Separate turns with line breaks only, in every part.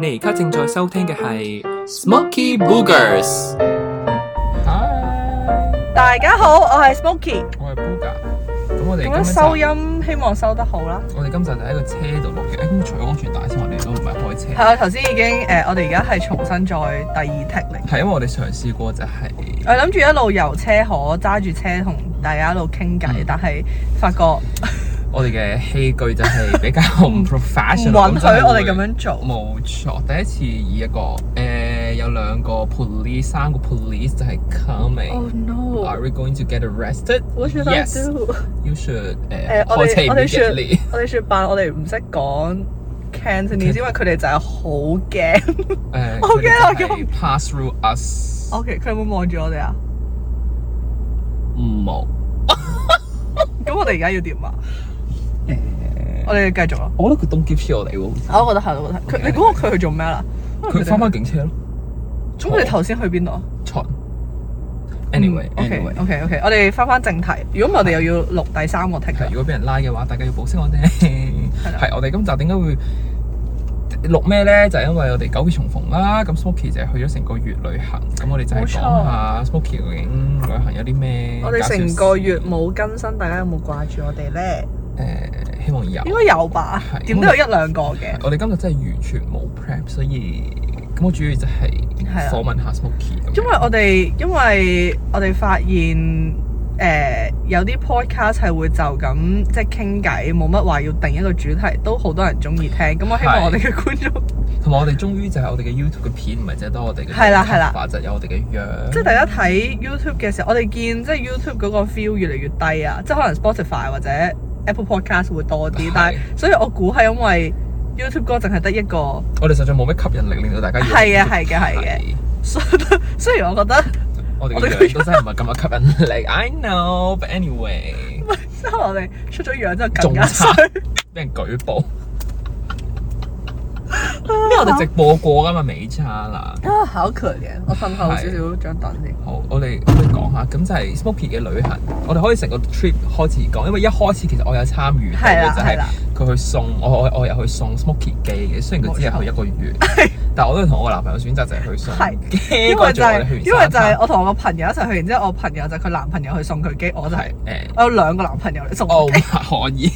你而家正在收聽嘅係 Smoky Boogers。
Hi，
大家好，我係 Smoky。
我係 Booga。咁我哋
咁
今
樣
一集
收音，希望收得好啦。
我哋今集就喺個車度錄嘅。誒咁除咗安全帶先，我哋都唔係開車。
係啊，頭先已經誒、呃我哋而家係重新再第二 t 嚟。
係因為我哋嘗試過就係、
我諗住一路遊車河，揸住車同大家一路傾
嗯
偈，但係發覺
我哋嘅器具就係比較 唔
唔
professional，
允
咁
許
就係會
我哋咁樣做。
冇錯，第一次以一個誒、有兩個 police，三個 police 就係 coming。Are
Oh, no！
we going to get arrested? Yes. You should 誒、
誒我
call
哋
車
我哋 should-
immediately。
我哋説扮我哋唔識講 Cantonese，因為佢哋就係好驚。
誒，
我
佢哋就
驚我
係 pass through us。
OK，佢有冇望住我哋啊？
冇。
咁我哋而家要點啊？我哋繼續啦。
我覺得佢 don't give shit 我哋喎，
我都覺得係，我覺得係佢。你估佢去做咩啦？
佢翻翻警車咯。
咁我哋頭先去邊度啊？
巡。anyway anyway，
嗯 OK OK，我哋翻翻正題。如果唔係，我哋又要錄第三個 tick
係如
啦。
果俾人拉嘅話，大家要保釋我哋。
啦
係我哋今集點解會錄咩咧？就係因為我哋九月重逢啦，咁 Smoky 就係去咗成個月旅行，咁我哋就係
冇
講
錯
下 Smoky 究竟旅行有啲咩搞
我
笑事？
哋成個月冇更新，大家有冇掛住我哋咧？
誒，希望有
應。該有吧
哦係，
點都有一兩個嘅。
我哋今日真係完全冇 prep，所以咁我主要就係
係啦啊
訪問下 Smoky 咁樣。
因為我哋因為我哋發現誒、呃有啲 podcast 係會就咁即係傾偈，冇乜話要定一個主題，都好多人中意聽。咁我希
係
望我哋嘅觀眾，
同埋我哋終於就係我哋嘅 YouTube 嘅片，唔係淨係得我哋嘅
係啦係啦
頭髮就有我哋嘅樣。
即係大家睇 YouTube 嘅時候，我哋見即係 YouTube 嗰個 feel 越嚟越低啊！即係可能 Spotify 或者 Apple Podcast 會多啲
係，
但係所以我估係因為 YouTube 歌淨係得一個，
我哋實在冇咩吸引力，令到大家要
係啊係嘅係嘅
係。
所以雖然我覺得
我哋
我哋
嘅
個
樣都真係唔係咁有吸引力。I know，but anyway，
即係可能我哋出咗樣之後
仲
更加
差
衰，
俾人舉 報。因為我哋直播過㗎嘛，美差啦。
啊好可憐！我瞓後少少張凳先。
好，我哋我哋講下，咁就係 Smoky 嘅旅行，我哋可以成個 trip 開始講，因為一開始其實我有參與到
係
嘅
啦
就
係
係
啦
佢去送我我我有去送 Smoky 機嘅，雖然佢只係去一個月，但我都係同我男朋友選擇就係去送
係
機，
因
嗰
為
日
就
仲我
係、
哋去完
因為就
沙灘
係我同我朋友一齊去，然之後我朋友就佢男朋友去送佢機，我就係、
誒
我有兩個男朋友嚟送
哦
我機，
可以。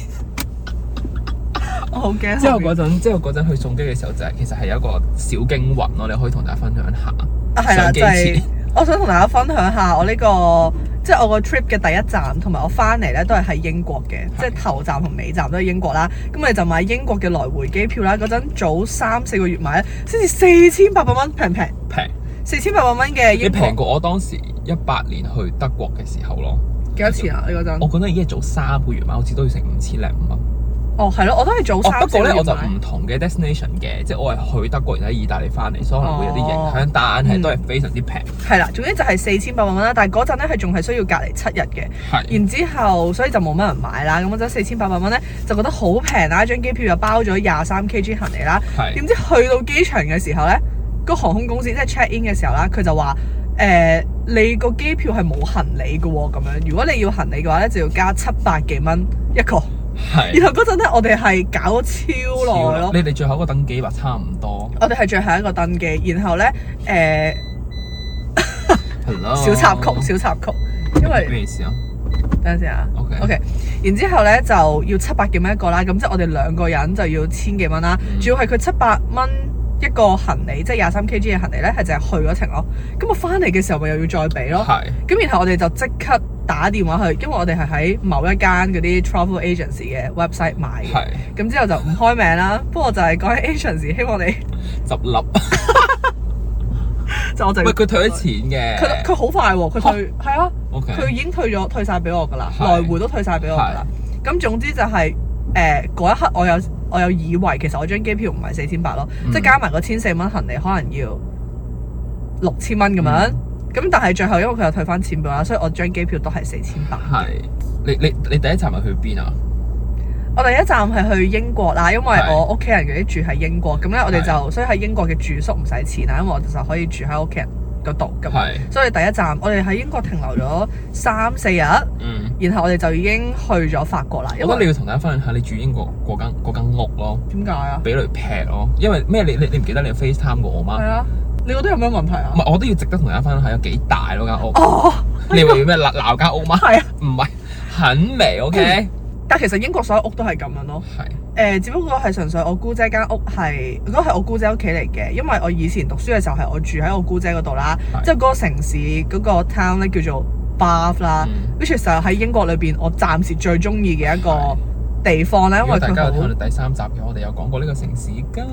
我好驚。
之後嗰
啊
陣，之後嗰陣去送機嘅時候就係其實係有一個小驚魂咯，你可以同大家分享下。
啊係啦，
上機
就
前
係、 我想同大家分享下我呢、個即係我個 trip 嘅第一站，同埋我翻嚟咧都係喺英國嘅，即係頭站同尾站都係英國啦。咁我哋就買英國嘅來回機票啦。嗰陣早三四個月買咧，啊先至四千八百蚊，平唔平？
平，
四千八百蚊嘅
你
英
平
國
過我當時一八年去德國嘅時候咯。
幾多錢啊？你嗰
我
陣？
覺得已經係早三個月嘛，好似都要成五千零蚊。
哦，係咯，我都係早
哦，
三
不
四
過
個
咧
月
我就
買。
唔同嘅 destination 嘅，即係我係去德國然後喺意大利翻嚟，所以可能會有啲影響，
哦
但係
嗯
都係非常之平。
係啦，總之就係四千八百蚊啦。但係嗰陣咧係仲係需要隔離七日嘅。
係，
然之後，所以就冇乜人買啦。咁我得四千八百蚊咧，就覺得好平啦。張機票又包咗廿三 kg 行李啦。
係
點知去到機場嘅時候咧，個航空公司即係 check in 嘅時候啦，佢就話：誒、你個機票係冇行李嘅喎，咁樣如果你要行李嘅話咧，就要加七百幾蚊一個。
係。
然後嗰陣咧，我哋係搞咗超耐咯。
你哋最後一個登機話差唔多。
我哋係最後一個登記，然後咧誒、
Hello。
小插曲，小插曲，因為。
咩意思啊？
等陣先啊
OK
OK，然之後咧就要七百幾蚊一個啦，咁即係我哋兩個人就要千幾蚊啦
嗯。
主要係佢七百蚊一個行李，即係廿三 kg 嘅行李咧，係淨係去嗰程咯。咁我翻嚟嘅時候咪又要再俾咯。
係。
咁然後我哋就即刻打電話去，因為我哋係喺某一間嗰啲 travel agency 嘅 website 買嘅。
係。
咁之後就唔開名啦，不過就係講起 agency，希望你
執笠。
就我就
喂，佢退咗錢
佢
嘅
佢。好快喎，佢退係啊。
O K。
佢已經退咗退晒俾我㗎啦，
係
來回都退晒俾我㗎啦。咁總之就係誒嗰一刻，我有我有以為其實我張機票唔係四千八咯，
嗯
即係加埋個千四蚊行李可能要六千蚊咁樣。
嗯
咁、但係最後因為佢又退翻錢俾我啦，所以我張機票都係四千八。
係，你你你第一站係去邊啊？
我第一站係去英國啦，因為
係
我屋企人嗰啲住喺英國，咁咧我哋
係
就所以喺英國嘅住宿唔使錢啦，因為我哋就可以住喺屋企人嗰度咁。
係
所以第一站我哋喺英國停留咗三四日，
嗯，
然後我哋就已經去咗法國啦。
我
因
覺得你
為
要同大家分享下你住英國嗰間嗰間屋咯，
點解啊？
俾雷劈咯，因為咩？你你你唔記得你有 FaceTime 過我嗎
係？啊，你覺得有咩問題啊
唔？係，我都要值得同大家分享下有幾大咯 間屋。
哦，
你以為要咩鬧鬧間屋嗎？
係啊，嗯
唔係，很微，OK，
但其實英國所有屋都係咁樣咯。
係
誒、只不過係純粹我姑姐間屋係，嗰係我姑姐屋企嚟嘅，因為我以前讀書嘅時候係我住喺我姑姐嗰度啦
係，
即係嗰個城市嗰、個 town 咧叫做 Bath 啦、
嗯
w h i c h is 就喺英國裏邊我暫時最中意嘅一個地方咧，
如
因
果
為
大家
佢
有聽我
好，
哋第三集嘅，我哋有講過呢個城市㗎。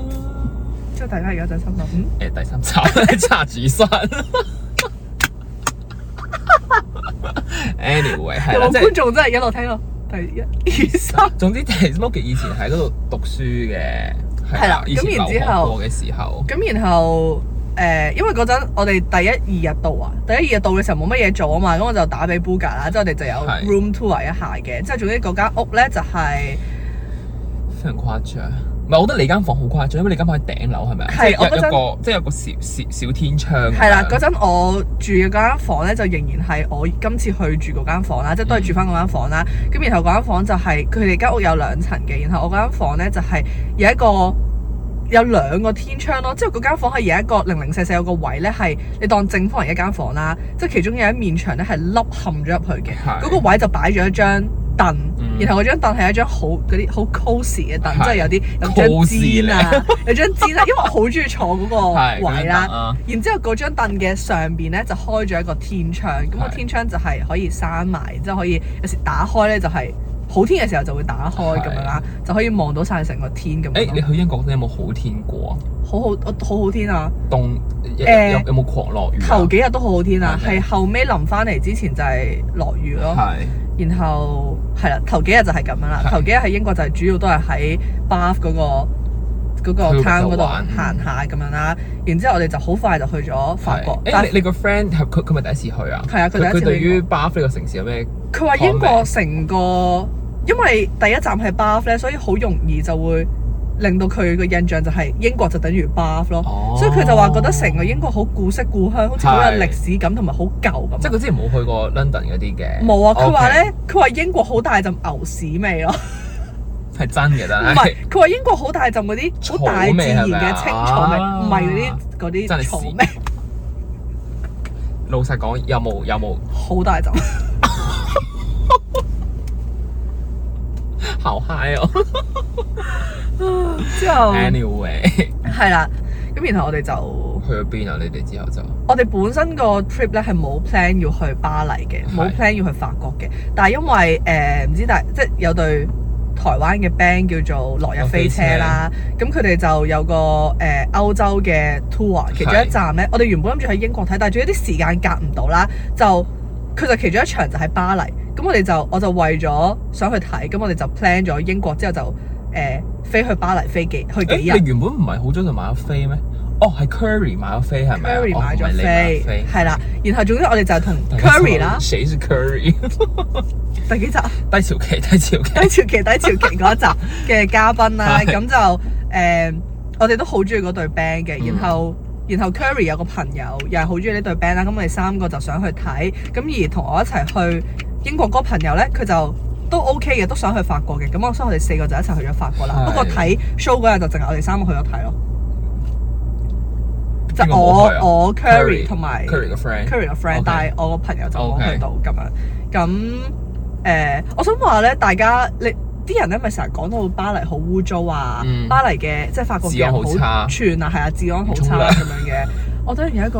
即係大家而家就心諗，嗯，
誒、第三集 查住山。anyway 係
有
啦，
冇
即
觀
係
眾真係一路聽到第一、二、三，
總之 Smoky 以前喺嗰度讀書嘅，
係啦
以前
咁然
留
之
學
後
過嘅時候，
咁然後誒、因為嗰陣我哋第一二日到啊，第一二日到嘅時候冇乜嘢做啊嘛，咁我就打俾 Booker 啦，即係我哋就
係
有 room tour 一下嘅，即係總之嗰間屋咧就係、
非常誇張。唔係，我覺得你間房好誇張，因為你間房喺頂樓係咪啊？即
係
係有
我
一
嗰陣
個即係有個小小小天窗咁樣。
係啦，嗰陣我住嘅嗰間房咧，就仍然係我今次去住嗰間房啦，即係
嗯
都係住翻嗰間房啦。咁、然後嗰間房就係佢哋間屋有兩層嘅，然後我嗰間房咧就係、有一個有兩個天窗咯，即係嗰間房係有一個零零四四有個位咧係你當正方形一間房啦，即係其中有一面牆咧係凹陷咗入去嘅，
係
嗰個位就擺咗一張凳，
嗯
然後嗰張凳係一張好嗰啲好 cosy 嘅凳，
係
即係有啲有張氈啊，有張氈啊，因為我好中意坐嗰個
係
位啦。
啦，
然之後嗰張凳嘅上邊咧就開咗一個天窗，咁個
係
天窗就係可以閂埋，即係可以有時打開咧就係、好天嘅時候就會打開
係
咁樣啦，就可以望到晒成個天咁
誒、你
樣咯。
去英國你有冇好天過啊？
好好好好天啊！
凍有
誒
有有冇狂落雨啊？
頭幾日都好好天啊，
係咩
係後尾臨翻嚟之前就係落雨咯。
係
然後係啦，頭幾日就係咁樣啦。
係
頭幾日喺英國就係主要都係喺 Bath 嗰、個嗰、個
去嗰度
town 嗰度
玩
行下咁樣啦。然之後我哋就好快就去咗法國，
係
但
誒，你你個 friend 係佢佢咪第一次去啊？
係啊佢第一次去
佢對於巴菲呢個城市有咩？
佢話英國成個，因為第一站係 Bath 咧，所以好容易就會令到佢個印象就係英國就等於 Bath 咯。
哦
所以佢就話覺得成個英國好古色古香，好似好有歷史感同埋好舊咁。
即係佢之前冇去過 London 嗰啲嘅。
冇啊！佢話
哦 OK，
咧，佢話英國好大陣牛屎味 咯，
係真嘅，
唔
但
係
係
佢話英國好大陣嗰啲好大自然嘅青草味，
草味係
唔係嗰
咪
啲
啊
嗰
真
啲
係
草
屎
味，
老實講，有冇有冇
好大陣。
好 high 哦
之後
？Anyway，去
係啦，咁然後我哋就。
咗邊啊？你哋之後就
我哋本身個 trip 咧係冇 plan 要去巴黎嘅，
係
冇 plan 要去法國嘅，但係因為呃誒唔、知大即係有對台灣嘅 band 叫做落日飛車啦，咁佢哋就有個誒、呃、歐洲嘅 tour，其中一站咧，我哋原本諗住喺英國睇，但係仲有啲時間夾唔到啦，就佢就其中一場就喺巴黎，咁我哋就我就為咗想去睇，咁我哋就 plan 咗英國之後就誒、呃、飛去巴黎飛幾去
誒，
幾日。
你原本唔係好早就買咗飛咩？哦，係 Curry 買咗飛係咪啊
Curry
哦
買
唔係
咗
你
飛，係啦，然後總之我哋就同
大家
Curry 啦，
誰是 Curry？
第幾集啊
低潮期，低潮期
低。潮期低潮期嗰一集嘅嘉賓啦，
係
咁就誒、我哋都好中意嗰隊 band
嗯
嘅，然後。然後 Curry 有個朋友又係好中意呢隊 band 啦，咁我哋三個就想去睇，咁而同我一齊去英國嗰個朋友呢，佢就都 OK 嘅，都想去法國嘅，咁我所以我哋四個就一齊去咗法國啦。
係
不過睇 show 嗰日就淨係我哋三個去咗睇咯，
邊個
就
冇
我
去啊
我 Curry 同埋
Curry 嘅 friend。
Curry 嘅 friend，
OK
但係我個朋友就冇去
OK
到咁樣。咁誒、呃我想話咧，大家你啲人咧咪成日講到巴黎好污糟啊，
嗯
巴黎嘅即係法國嘅人好
治安好差
串啊，係啊，治安好
唔沖
差
涼
咁樣嘅。我覺得有一個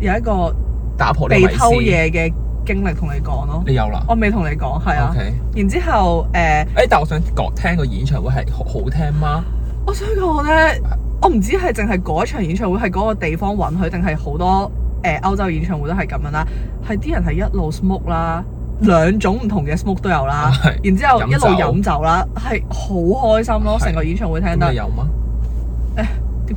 有一個
打破呢個
被
迷思
偷，嘢嘅經歷同你講咯，
你有啦。
我未同你講係啊。
OK。
然之後誒、呃
誒，但我想講，聽個演唱會係好好聽嗎？
我想講咧，我唔知係淨係嗰一場演唱會係嗰個地方允許，定係好多誒、呃、歐洲演唱會都係咁樣啦。係啲人係一路 smoke 啦，兩種唔同嘅 smoke 都有啦。
係
然之後
飲
一路
酒
飲酒啦，係好開心咯！
係
成個演唱會聽
咁
得
你，有嗎？
點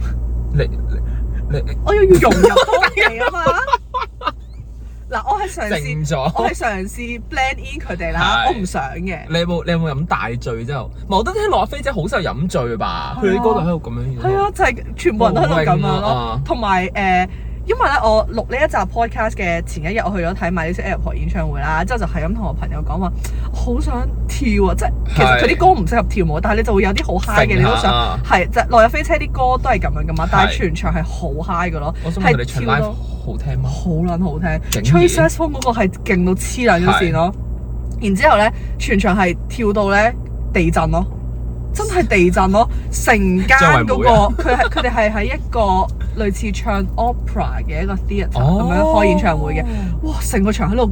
你你你
我要哎融入當地啊嘛。 嗱，我係嘗試，
靜咗
我係。嘗試 blend in 佢哋
係
啦，我唔想嘅。
你有冇你有冇飲大醉之後？唔係，我覺得聽落飛姐好少飲
啊
醉吧？佢哋嗰度喺度咁樣。
係啊，，就係全部人都喺度
冇
咁樣
癮
咯
啊。
同埋誒，因為咧，我錄呢一集 podcast 嘅前一日，我去咗睇 My Little Airport 演唱會啦，之後就係咁同我朋友講話，好想跳啊！即係其實佢啲歌唔適合跳舞，但係你就會有啲好 high 嘅，你都
揈下
想
啊
係就落日飛車啲歌都係咁樣噶嘛，但係
係
全場係好 high 嘅咯，
我想問佢哋唱
跳
live
到
好聽嗎？
好撚好聽，
竟然
吹 s a x o 嗰個係勁到黐撚咗線咯，然之後咧全場係跳到咧地震咯。真係地震咯！成間嗰、
周圍
個
會啊
佢係佢哋係喺一個類似唱 opera 嘅一個 theatre 哦
哦
咁、樣開演唱會嘅，哇！成個場喺度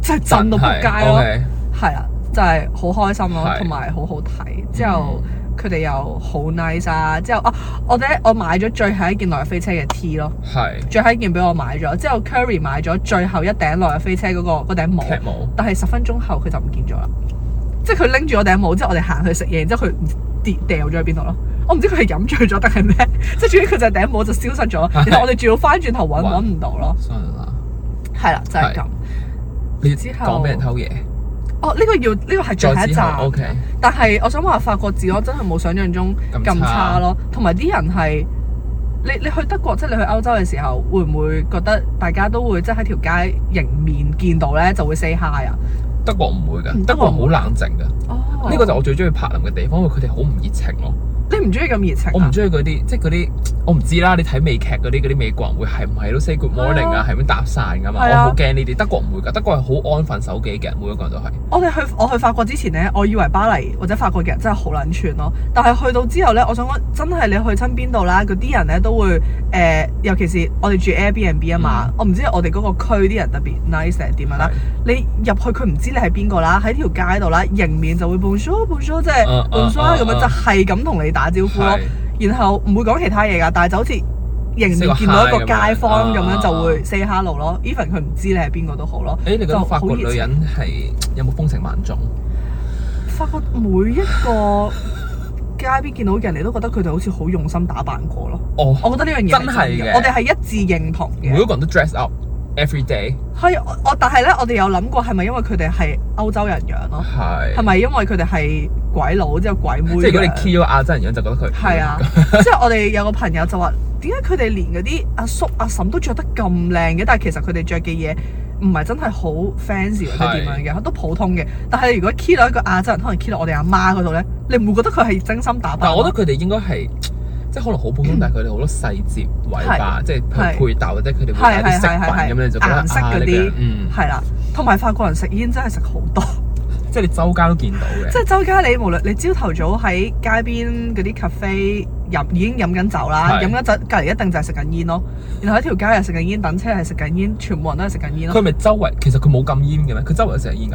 真係震到仆街咯，
係
係啦、就係好開心咯，
係嗯
同埋好好睇。之後佢哋又好 nice 啊！之後啊，我哋我買咗最後一件落日飛車嘅 T 咯。
，OK，
最後一件俾我買咗，之後 Curry 買咗最後一頂落日飛車嗰、個嗰頂帽
係，劇舞。
但係十分鐘後佢就唔見咗啦。即係佢拎住我頂帽之後，我哋行去食嘢，然之後佢唔知跌掉咗去邊度咯。我唔知佢係飲醉咗定係咩， 即係主要佢就係頂帽就消失咗，然後我哋仲要翻轉頭揾
揾
揾唔到咯。
算啦，
係啦，就係、咁。
你
之後
講俾人偷嘢，
哦，呢、個要呢、個係最後
再
一
之後
站。
OK，
但係我想話法國治安真係冇想象中
咁
咁
差
差咯，同埋啲人係你你去德國即係你去歐洲嘅時候，會唔會覺得大家都會即係喺條街迎面見到咧就會 say hi 啊？
德國唔會
嗯
㗎，德國好冷靜㗎。
哦
呢個就我最中意柏林嘅地方，因為佢哋好唔熱情咯。
你唔中意咁熱情 啊？
我唔中意嗰啲，即係嗰啲，我唔知啦。你睇美劇嗰啲，嗰啲美國人會係唔係都 say good
係
morning
啊
啊，係咁搭訕噶嘛。
係
我
啊
好驚呢啲。德國唔會㗎，德國係好安分守己嘅，每一個人都係。
我哋去我去法國之前咧，我以為巴黎或者法國嘅人真係好撚串咯，但係去到之後咧，我想講真係你去親邊度啦，嗰啲人咧都會誒、呃尤其是我哋住 Airbnb 啊嘛，我唔知我哋嗰個區啲人特別 nice 定係點樣啦
係。
你入去佢唔知你係邊個啦，喺條街度啦，迎面就會 bonjour bonjour 即係
嗯嗯
bonjour 咁樣
嗯嗯
就係咁同你打招呼咯
係，
然後唔會講其他嘢㗎，但係就好似迎面
Say 個
見到一個
hi 咁樣
街坊咁樣
嗯
就會
嗯
say hello 咯，even 佢唔知你係邊個都好咯。
誒，你覺
就
得
好
法國女
熱情
人係有冇風情萬種？
發覺每一個街邊見到嘅人，你都覺得佢哋好似好用心打扮過咯。
哦，
我覺得呢樣嘢
真係嘅
我哋係一致認同
每一
嘅。
個人都 dress up every day，
係我我但係咧，我哋有諗過係咪因為佢哋係歐洲人樣咯？
係
係。咪因為佢哋係鬼佬之後鬼妹樣？
即係如果你 key 咗亞洲人樣，就覺得佢
係啊，即係我哋有個朋友就話：點解佢哋連嗰啲阿叔阿嬸都着得咁靚嘅？但係其實佢哋着嘅嘢唔係真係好 fancy 或者點樣嘅，都普通嘅。但係如果 key 到一個亞洲人，可能 key 到我哋阿媽嗰度咧，你唔會覺得佢係精心打扮
但
啊
係
咯。
我覺得佢哋應該係。即係可能好普 通，但係佢哋好多細節位吧，即係譬如配搭或者佢哋會帶啲
係係係係
飾
係
品咁樣，你就覺得
顏色
啊呢
嗰
個人
啲
嗯，
係啦，同埋法國人食煙真係食好 多，
即係你周街都見到嘅。
即係周街你無論你朝頭早喺街邊嗰啲 cafe 飲已經飲緊酒啦，
係
飲緊酒隔離一定就係食緊煙咯，然後喺條街又食緊煙，等車又係食緊煙，全部人都係食緊煙
佢係
咯。
咪周圍其實佢冇禁煙嘅咩？佢周圍有食煙㗎。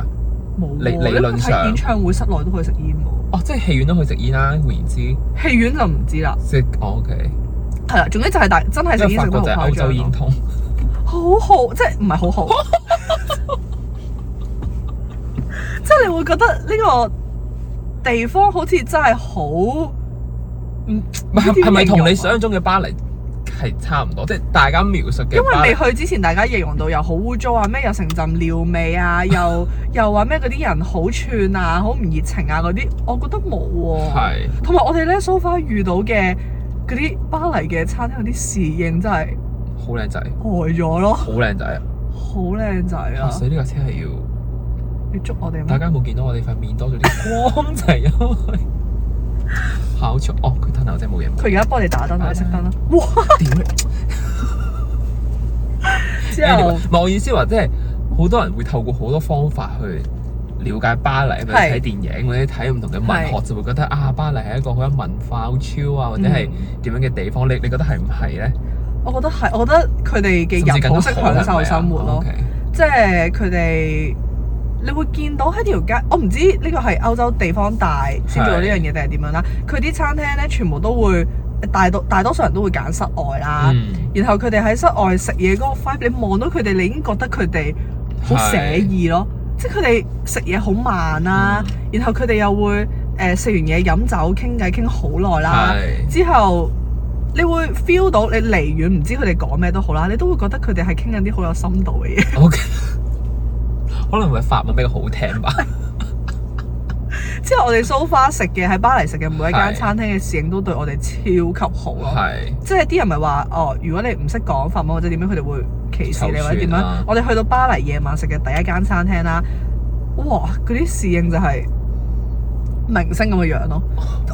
冇
理
喎
理論
你睇
上
演唱會室內都可以食煙喎，
哦，即係戲院都可以食煙啦，換言之，
戲院就唔知啦。
即係哦 OK，
係啦，總之就係大真係
因
啊食
為
煙
法
食
國就
得
係
好誇
歐
張
洲煙
咯，
通，
好好即係唔係好好， 即係你會覺得呢個地方好似真係好。嗯
唔係係咪同
點
你
形
想
容
象
啊
中嘅巴黎係差唔多？即係大家描述嘅
因為
巴黎
未去之前，大家形容到又好污糟啊，咩又成陣尿味啊，又又話咩嗰啲人好串啊，好唔熱情啊嗰啲，我覺得冇喎、
係
同埋我哋咧，so far 遇到嘅嗰啲巴黎嘅餐廳嗰啲侍應真係
好靚仔，
呆咗咯，
好靚仔啊！
好靚仔啊
哇！所以呢架車係要
你捉我哋
大
咩？
家有冇見到我哋塊面多咗啲光就係因為 考出哦，佢吞頭仔冇嘢冇
佢而家幫你打燈啊，你熄燈啦。哇！
點
之
anyway，
後
唔係我意思話，即係好多人會透過好多方法去了解巴黎，譬如
係
睇電影或者睇唔同嘅文學，就會覺得啊，巴黎係一個好有文化、好超啊，或者係
嗯
點樣嘅地方？你你覺得係唔係咧？
我覺得係，我覺得佢哋嘅
甚至
人
更
好
加
識享受生活咯
係。咪啊
即係佢哋，你會見到喺條街，我唔知呢個係歐洲地方大先做到呢樣嘢定係點樣啦。佢啲餐廳咧，全部都會大多大多數人都會揀室外啦。
OK，嗯，
然後佢哋喺室外食嘢嗰個 vibe，你望到佢哋，你已經覺得佢哋好寫意咯。即係佢哋食嘢好慢啦，
嗯
然後佢哋又會誒食、完嘢飲酒傾偈傾好耐啦。
係
之後你會 feel 到你離遠唔知佢哋講咩都好啦，你都會覺得佢哋係傾緊啲好有深度嘅嘢。
OK，可能係法文比較好聽吧。
之後我哋 so far 食嘅喺巴黎食嘅每一間
係
餐廳嘅侍應都對我哋超級好啊咯。
係
即係啲人咪話哦，如果你唔識講法文或者點樣，佢哋會歧視你
就算啦啊
或者點樣。我哋去到巴黎夜晚食嘅第一間餐廳啦，哇！嗰啲侍應就係明星咁嘅樣 咯，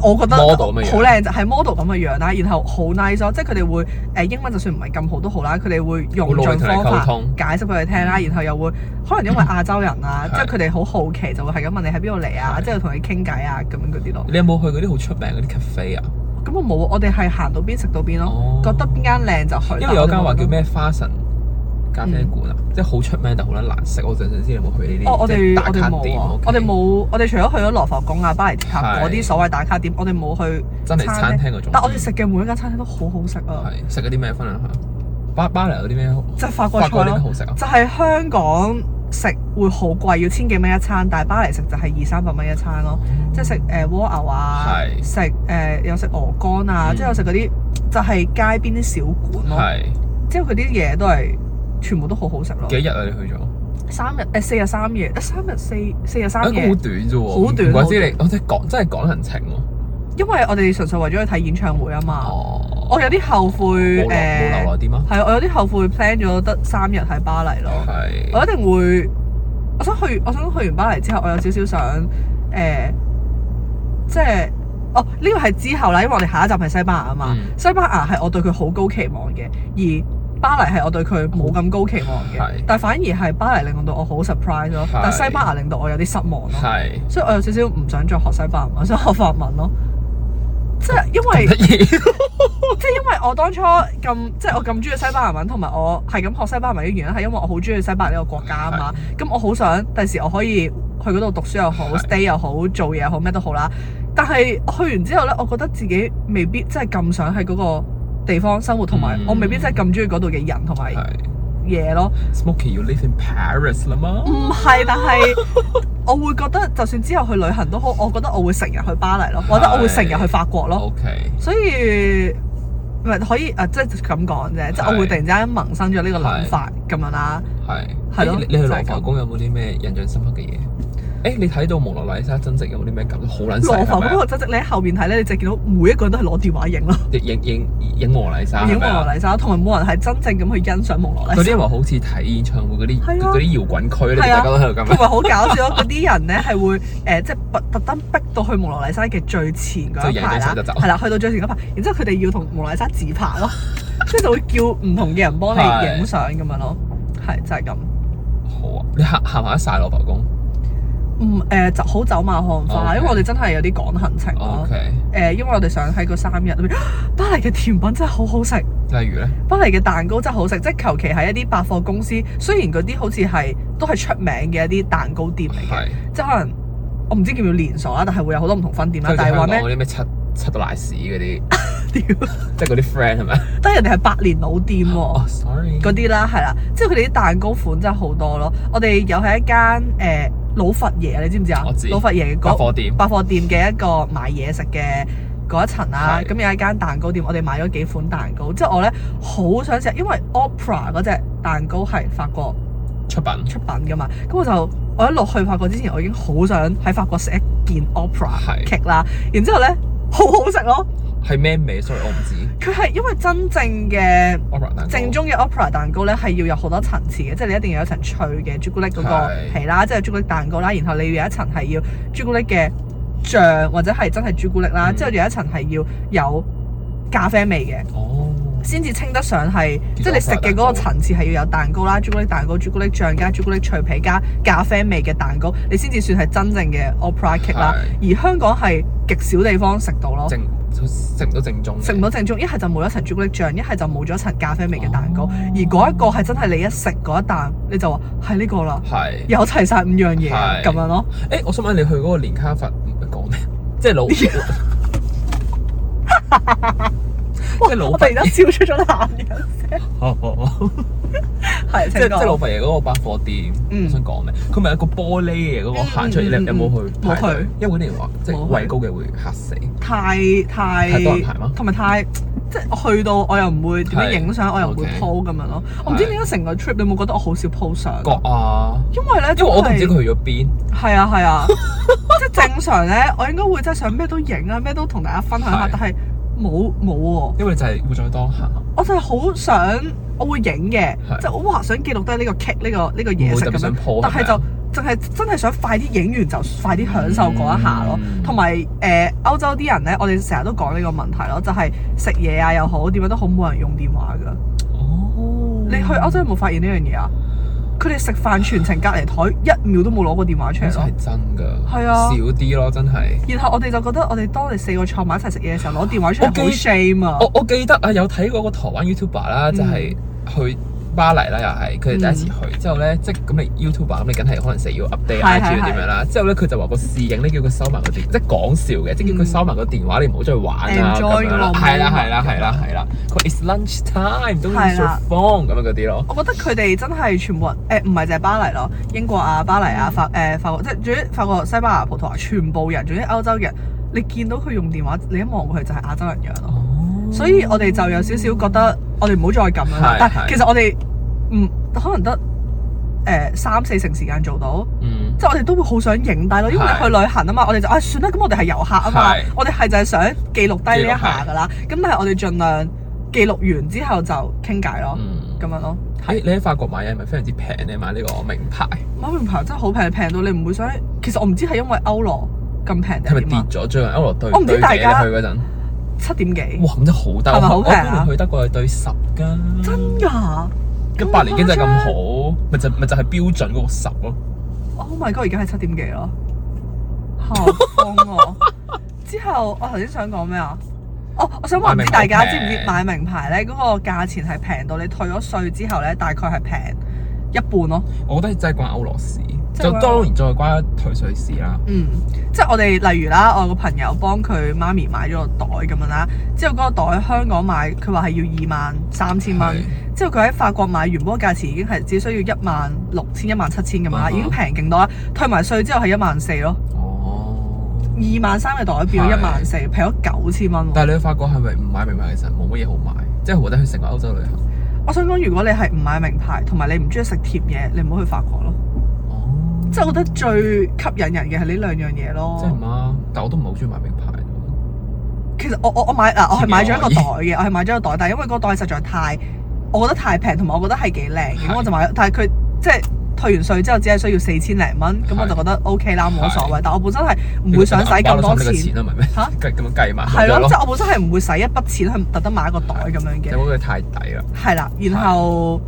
我覺得
Model 咁嘅樣
好靚就係 model 咁嘅樣啦，然後好 nice 咯，即係佢哋會誒、英文就算唔係咁好都好啦，佢哋會用
好努力
盡
同你
方
溝
法
通嗯
解釋俾佢聽啦，然後又會可能因為亞洲人 啊，即
係
係佢哋好好奇就會係咁問你喺邊度嚟啊，
係
即係同你傾偈啊咁樣嗰啲咯。
你有冇去嗰啲好出名嗰啲 cafe 啊？
咁我冇，我哋係行到邊食到邊咯，
哦
覺得邊間靚就去。嗯
因為有間話叫？咩花神咖啡館啊，即係好出名但好撚難食。我就想知你有冇去呢啲？
哦，我
即係
哋
打
我哋
卡
冇
店
啊
OK
我哋冇，我哋除咗去咗羅浮宮啊、巴黎鐵塔
係
嗰啲所謂打卡點，我哋冇去。
真係餐廳嗰種。
但我哋食嘅每一間餐廳都好好食啊，
係食嗰啲咩分享下？巴巴黎有啲咩好？
即係法國
法
菜
國啲咩
咯，
好食啊？
就係香港食會好貴，要千幾蚊一餐，但係巴黎食就係二三百蚊一餐咯。即係食誒蝸牛啊，
係
食誒有食鵝肝啊，
嗯
即係有食嗰啲就係街邊啲小館咯。
係
之後佢啲嘢都係全部都好好食咯。
幾日啊？你去咗？
三日誒四日三夜，誒三日四四日
啊
三
咁
夜
好，短啫喎，
好短
唔怪之
好
你，我真係講真係講行程喎。
因為我哋純粹為咗去睇演唱會啊嘛。
哦，
我有啲
冇
後悔
留冇留啊耐
誒，
啲嗎？
係啊我有啲後悔 plan 咗得三日喺巴黎咯。
係
我一定會，我想去，我想去完巴黎之後，我有少少想誒，即係。哦，呢個係之後啦，因為我哋下一站係西班牙啊嘛。
嗯
西班牙係我對佢好高期望嘅，而巴黎係我對佢冇咁高期望
係
嘅。但反而係巴黎令到我好 surprise 咯，但
係
西班牙令到我有啲失望咯。
係
所以我有少少唔想再學西班牙文，想 學法文咯。即係因為
咁得意，
即係因為我當初咁即係我咁中意西班牙文，同埋我係咁學西班牙文嘅原因係因為我好中意西班牙呢個國家啊嘛。咁我好想第時我可以去嗰度讀書又好
係
，stay 又好，做嘢又好，咩都好啦。但係我去完之後咧，我覺得自己未必真係咁想喺嗰個地方生活，同埋
嗯
我未必真係咁中意嗰度嘅人同埋
係
嘢咯。
Smoky you live in Paris 啦嘛？
唔係，但係 我會覺得，就算之後去旅行都好，我覺得我會成日去巴黎咯，或者我會成日去法國咯，
O K，
所以唔係可以啊，即係咁講啫，即係我會突然之間萌生咗呢個諗法咁樣啦。
係
係咯
誒你你去
就
羅
係咁
浮宮有冇啲咩印象深刻嘅嘢？誒，你睇到蒙娜麗莎真跡有冇啲咩感覺？好撚細
羅浮
係
宮
咪
嗰
啊
個真跡，你喺後面睇咧，你就見到每一個人都係攞電話影咯，
影影影蒙娜麗莎
影
係咪
蒙
啊
羅？麗莎，同埋冇人係真正咁去欣賞蒙羅
嗰
麗
啲
莎。
人話好似睇演唱會嗰啲
係啊
嗰啲搖滾區咧，
係
大
啊
家都喺度咁
同
樣。
埋好搞笑咯，嗰啲人咧係會誒、呃即係特特登逼到去蒙羅麗莎嘅最前嗰一
就
排啦，
影咗相就走
係啦，去到最前嗰排，然之後佢哋要同蒙羅麗莎自 拍咯，即係就會叫唔同嘅人幫你影相咁樣咯，係就係咁。
好啊，你行行埋一晒羅浮宮。
嗯誒、就好走馬看花
OK
因為我哋真係有啲趕行程咯
O。K，
誒因為我哋想喺個三日裏面， 巴黎嘅甜品真係好好食，
例如咧，
巴黎嘅蛋糕真係好食，即係求其喺一啲百貨公司，雖然嗰啲好似係都係出名嘅一啲蛋糕店嚟嘅，
係
即係可能我唔知叫唔叫連鎖啦，啊但係會有好多唔同分店
即
啦
係。
啊但係話
香港
咩
嗰？啲咩七七到賴屎嗰啲，
屌，
即係嗰啲 friend 係 咪？
但係人哋係百年老店喎、
哦，sorry，
嗰啲啦，係啦，即係佢哋啲蛋糕款真係好多咯。我哋有喺一間誒、呃老佛爺，你知唔知啊
我知？
老佛爺嗰
百貨店
百貨店嘅一個賣嘢食嘅嗰一層啦，
係
咁有一間蛋糕店，我哋買咗幾款蛋糕。之後我咧好想食，因為 Opera 嗰只蛋糕係法國
出品
出品噶嘛，咁我就我一落去法國之前，我已經好想喺法國食一件 Opera
係
cake 啦。然之後咧 好好食咯，
係咩味？sorry，我唔知。
佢係因為真正嘅。
Opera 蛋糕
正宗嘅 opera 蛋糕咧係要有好多層次嘅，即係你一定要有一層脆嘅朱古力嗰個
係
皮啦，即係朱古力蛋糕啦，然後你要有一層係要朱古力嘅醬或者係真係朱古力啦，
嗯
之後有一層係要有咖啡味嘅，
哦，
先至稱得上係
叫
即係你食嘅嗰個層次係要有蛋糕啦、朱古力蛋糕、朱古力醬加朱古力脆皮加咖啡味嘅蛋糕，你先至算係真正嘅 opera cake 啦。而香港係極少地方食到咯。
哦正食唔到正宗嘅，
食唔到正宗，一係就冇咗層朱古力醬，一係就冇咗層咖啡味嘅蛋糕。
哦
而嗰一個係真係你一食嗰一啖，你就話係呢個啦，
係。
有齊晒五樣嘢
係
咁樣咯。
誒，我想問你去嗰個連卡佛講咩？ 即係 老，即係老
我突
佛
然間笑出咗男人聲，
爺。
係
即係即係
請
老
講。
佛爺嗰個百貨店，
嗯
我想講咩？佢咪有個玻璃嘅嗰個行出嚟，
嗯嗯嗯
你有冇去
冇
排隊
去
因為嗰啲人話即係
冇去
畏高嘅會嚇死。
太太
太多人排嗎
同埋太即係我去到我又唔會點樣影相，我又唔會
OK
po 咁樣咯。我唔知
係
點解成個 trip 你有冇覺得我好少 po 相？
覺啊，
因為咧，
因為我都唔
真係
知佢去咗邊。
係啊 係啊，即係正常咧，我應該會真係想咩都影啊，咩都同大家分享下
係，
但係冇冇喎。
因為就係活在當下，
我就係好想，我會影嘅，
係
即係我哇想記錄低呢個 cake 呢、個呢、個
唔
嘢
會
食
特
咁
別想
樣
po，
但係
係咪啊
就淨係真係想快啲影完就快啲享受嗰一下咯
嗯。
同埋誒歐洲啲人咧，我哋成日都講呢個問題咯，就係食嘢啊又好點樣都好，冇人用電話㗎。
哦，
你去歐洲有冇發現呢樣嘢啊？佢哋食飯全程隔離台一秒都冇攞過電話出
其
嚟
實
咯
係。真㗎，
係啊
少啲咯，真係。
然後我哋就覺得我哋當我哋四個坐埋一齊食嘢嘅時候攞電話出
我
嚟
記
好 shame 啊！嗯
我我記得啊，有睇過個台灣 YouTuber 啦，就係去巴黎啦，又係佢哋第一次去之後咧，即係咁你 YouTuber 咁你梗係可能成日要 update
嗯係係
IG 點樣啦。之後咧佢就話個侍應咧叫佢收埋個電，即係講笑嘅，即係叫佢收埋個電話，你唔好再玩啊咁
Enjoy
樣啦。
個
係啦
moment
係啦係啦係啦，佢話 It's lunch time，don't use
係
your
啦
phone 咁樣嗰啲咯。
我覺得佢哋真係全部人，誒唔係就係巴黎咯，英國啊、巴黎啊、法誒、法國，即係總之法國、西班牙、葡萄牙，全部人，總之歐洲人，你見到佢用電話，你一望過去就係亞洲人樣咯。哦所以我哋就有少少覺得，我哋唔好再咁樣啦
哦係。
但
係
係其實我哋唔可能得誒、三四成時間做到，
嗯。
即係我哋都會好想影低咯，因為
係
你去旅行啊嘛，我哋就啊算啦，咁我哋係遊客啊嘛
係，
我哋係就係想記錄低呢一下噶啦。咁但係我哋盡量記錄完之後就傾偈咯，
嗯
咁、樣咯。
誒，你喺法國買嘢係咪非常之平咧？買呢個名牌
某名牌真係好平，平到你唔會想。其實我唔知係因為歐羅咁平
係咪
定點
跌
啊？
咗？最近歐羅對
我唔知
對
大
嘅
家
去嗰陣，
七點幾？
哇咁真係好低，
係咪
我
好
我
平啊
嗰年去德國係對十㗎，
真㗎？
一八年經濟咁
啊
好，咪就咪就係標準嗰個十咯。
？Oh my god！而家係七點幾咯，嚇瘋 喎！之後我頭先想講咩啊？哦，我想話唔知大家
買
知
名牌
唔知買名牌咧嗰個價錢係平到你退咗税之後咧，大概係平一半咯。
我覺得真係關歐羅事，
真
就
係關
當然再關退稅事啦。
嗯，即係我哋例如啦，我有個朋友幫佢媽咪買咗個袋咁樣啦，之後嗰個袋香港買，佢話係要二萬三千蚊
係，
之後佢喺法國買原本個價錢已經係只需要一萬六千、一萬七千咁樣啦，
嗯哼
已經平勁多啦，退埋稅之後係一萬四咯，
哦，
二萬三嘅袋變咗
係
一萬四，平咗九千蚊喎。
但係你去法國係咪唔買名牌其實冇乜嘢好買？即係我覺得去成個歐洲旅行。
我想講，如果你係唔買名牌，同埋你唔中意食貼嘢，你唔好去法國咯。
哦，
即係我覺得最吸引人嘅係呢兩樣嘢咯。
真係嗎？但我都唔係好中意買名牌。
其實我我我買嗱，我係買咗一個
自己
袋嘅，我係買咗一個袋，但係因為嗰個袋實在太，我覺得太平，同埋我覺得係幾靚嘅，咁
係
我就買咗。但係佢即係退完稅之後，只係需要四千零蚊，咁我
係
就覺得 O K 啦，冇所謂。但我本身係唔
你
會
個
想使咁多
銀包都收你個
錢，
錢啦，啊咪咩？
吓
計 咁樣計埋咪
係
得
咯，即係我本身係唔會使一筆錢去特登買一個袋咁樣
就
嘅，
覺得太抵啦。
係啦。然後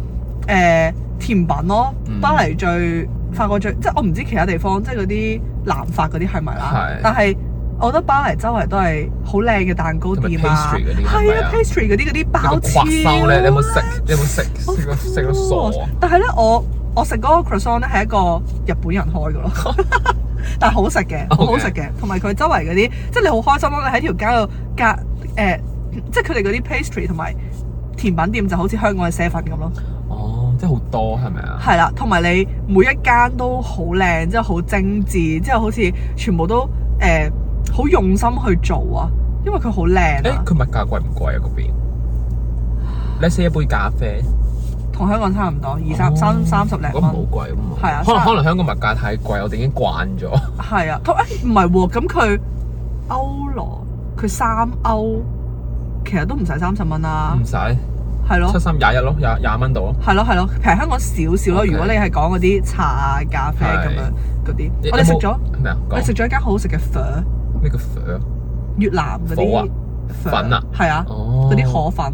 誒甜品咯
嗯，
巴黎最法國最，即係我唔知其他地方，即係嗰啲南法嗰啲係咪啦
係？
但係我覺得巴黎周圍都係好靚嘅蛋糕
同埋
店啊
pastry 嗰啲係咪
係
啊
啊，pastry 嗰啲嗰啲
有
包
個刮
超啊
收咧，你有冇食？你有冇食？食到食到傻啊！
哦但係咧，我我食嗰個 croissant 咧係一個日本人開嘅咯， 但係好食嘅，好
OK
好食嘅，同埋佢周圍嗰啲，即係你好開心咯！你喺條街度隔誒、即係佢哋嗰啲 pastry 同埋甜品店就好似香港嘅 seven 咁咯，
哦，即係好多係咪啊？
係啦，同埋你每一間都好靚，即係好精緻，之後好似全部都誒好、用心去做啊，因為佢好靚啊
誒，佢，物價貴唔貴啊？嗰邊你食一杯咖啡哦
同香港差唔多，二三三三十零
咁唔好
蚊，
貴，咁唔好貴
係啊
可能
三
可能香港物價太貴，我哋已經慣咗。
係啊，同誒唔係喎，咁佢歐羅佢三歐，其實都唔使三十蚊啦
唔，使
係啊
嗯
咯哦
七。三廿一咯，廿廿蚊度咯。
係咯係咯，平香港少少咯。
OK
如果你係講嗰啲茶啊、咖啡咁樣嗰啲，我哋食咗，
咩啊？
我哋
講
食咗一間好好食嘅粉，
咩叫粉啊？
越南嗰
火啊
啲
粉啊，
係啊，
哦
嗰啲河粉。
哦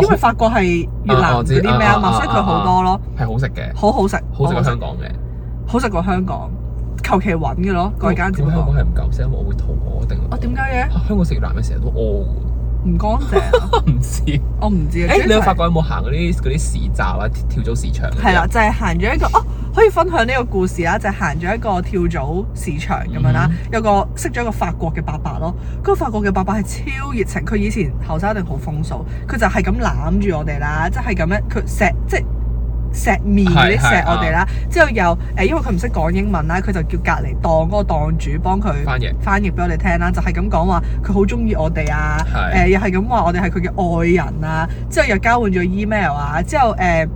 因為法國係越
啊
南
我
嗰
知
啲咩
啊
啊
啊
嘛，所以佢好多咯，
係好食嘅，
好好食，
好食過香港嘅。
好食過香港，求其揾嘅咯，嗰哦間只不
咁香港
過。
係唔夠食，因為我會肚餓定。
我哦點解嘅？
啊香港食越南嘅成日都屙 㗎
唔乾淨 啊，
喎，唔 知。
我唔知啊。
誒，你有
法
發覺有冇行嗰啲嗰啲市集啊、跳蚤市場嗰啲啊？
係啦，就係行咗一個哦，可以分享呢個故事啦，就係行咗一個跳蚤市場咁樣
嗯
啦，有個識咗一個法國嘅伯伯咯，嗰、個法國嘅伯伯係超熱情，佢以前後生一定好風騷，佢就係咁攬住我哋啦，即係咁樣，佢錫即係石面嗰
係
啲
係
石我哋啦，之後又誒，因為佢唔識講英文啦，佢就叫隔離檔嗰個檔主幫佢
翻譯
翻譯俾我哋聽啦，就係咁講話佢好中意我哋啊，誒、
係
又係咁話我哋係佢嘅愛人啊，之後又交換咗 email 啊，之後誒。